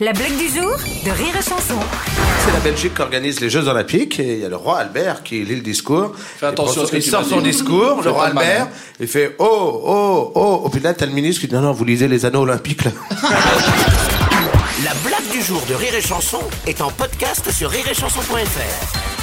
La blague du jour de Rire et Chanson. C'est la Belgique qui organise les Jeux Olympiques et il y a le roi Albert qui lit le discours. Fais attention à ce que il tu sort vas son dire. discours, Fais le roi pas hein. le malin. Albert, il fait oh, oh, oh. Oh, puis là, t'as le ministre qui dit non, non, vous lisez les anneaux olympiques là. La blague du jour de Rire et Chanson est en podcast sur rireetchanson.fr.